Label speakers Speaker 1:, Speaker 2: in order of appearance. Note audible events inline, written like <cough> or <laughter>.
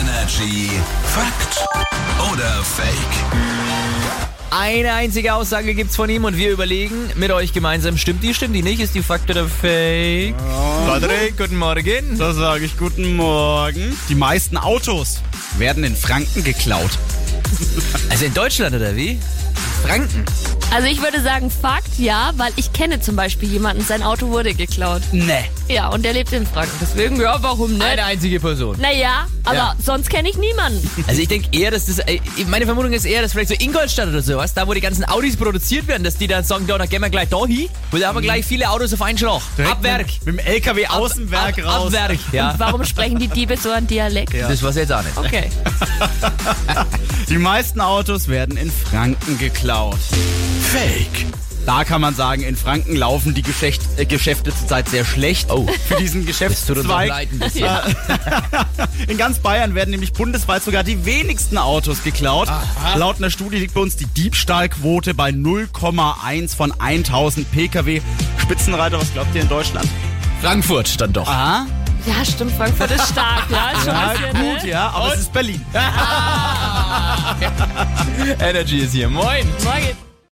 Speaker 1: Energy Fakt oder Fake?
Speaker 2: Eine einzige Aussage gibt's von ihm und wir überlegen mit euch gemeinsam, stimmt die, stimmt die nicht, ist die Fakt oder Fake? Patrick, guten Morgen.
Speaker 3: Da sage ich guten Morgen. Die meisten Autos werden in Franken geklaut.
Speaker 2: Also in Deutschland oder wie? Franken.
Speaker 4: Also ich würde sagen, Fakt, ja, weil ich kenne zum Beispiel jemanden, sein Auto wurde geklaut.
Speaker 2: Ne.
Speaker 4: Ja, und der lebt in Franken. Deswegen, ja, warum
Speaker 2: Eine
Speaker 4: nicht?
Speaker 2: einzige Person.
Speaker 4: Naja, aber
Speaker 2: Ja.
Speaker 4: sonst kenne ich niemanden.
Speaker 2: Also ich denke eher, dass das, äh, meine Vermutung ist eher, dass vielleicht so Ingolstadt oder sowas, da wo die ganzen Audis produziert werden, dass die dann sagen, da, da gehen wir gleich da hin, weil da haben wir gleich viele Autos auf einen Schlag. Ab Werk.
Speaker 3: Mhm. Mit dem LKW
Speaker 2: Ab-
Speaker 3: Außenwerk
Speaker 2: ab,
Speaker 3: raus.
Speaker 2: Ab Werk, ja.
Speaker 4: Warum sprechen die Diebe so einen Dialekt?
Speaker 2: Das war's jetzt auch nicht.
Speaker 4: Okay.
Speaker 3: Die meisten Autos werden in Franken geklaut.
Speaker 1: Fake.
Speaker 3: Da kann man sagen, in Franken laufen die Geschäft, äh, Geschäfte zurzeit sehr schlecht.
Speaker 2: Oh.
Speaker 3: Für diesen
Speaker 1: <laughs>
Speaker 2: Tut uns auch
Speaker 3: Geschäftszweig.
Speaker 2: leid ein bisschen.
Speaker 3: In ganz Bayern werden nämlich bundesweit sogar die wenigsten Autos geklaut. Laut einer Studie liegt bei uns die Diebstahlquote bei 0,1 von 1000 Pkw. Spitzenreiter, was glaubt ihr in Deutschland?
Speaker 2: Frankfurt dann doch.
Speaker 3: Ah,
Speaker 4: Ja, stimmt, Frankfurt ist stark, ja. Ist schon
Speaker 3: ja,
Speaker 4: ein bisschen,
Speaker 3: gut,
Speaker 4: ne?
Speaker 3: ja, aber es ist Berlin.
Speaker 2: <laughs> Energy ist hier. Moin.
Speaker 4: Morgen.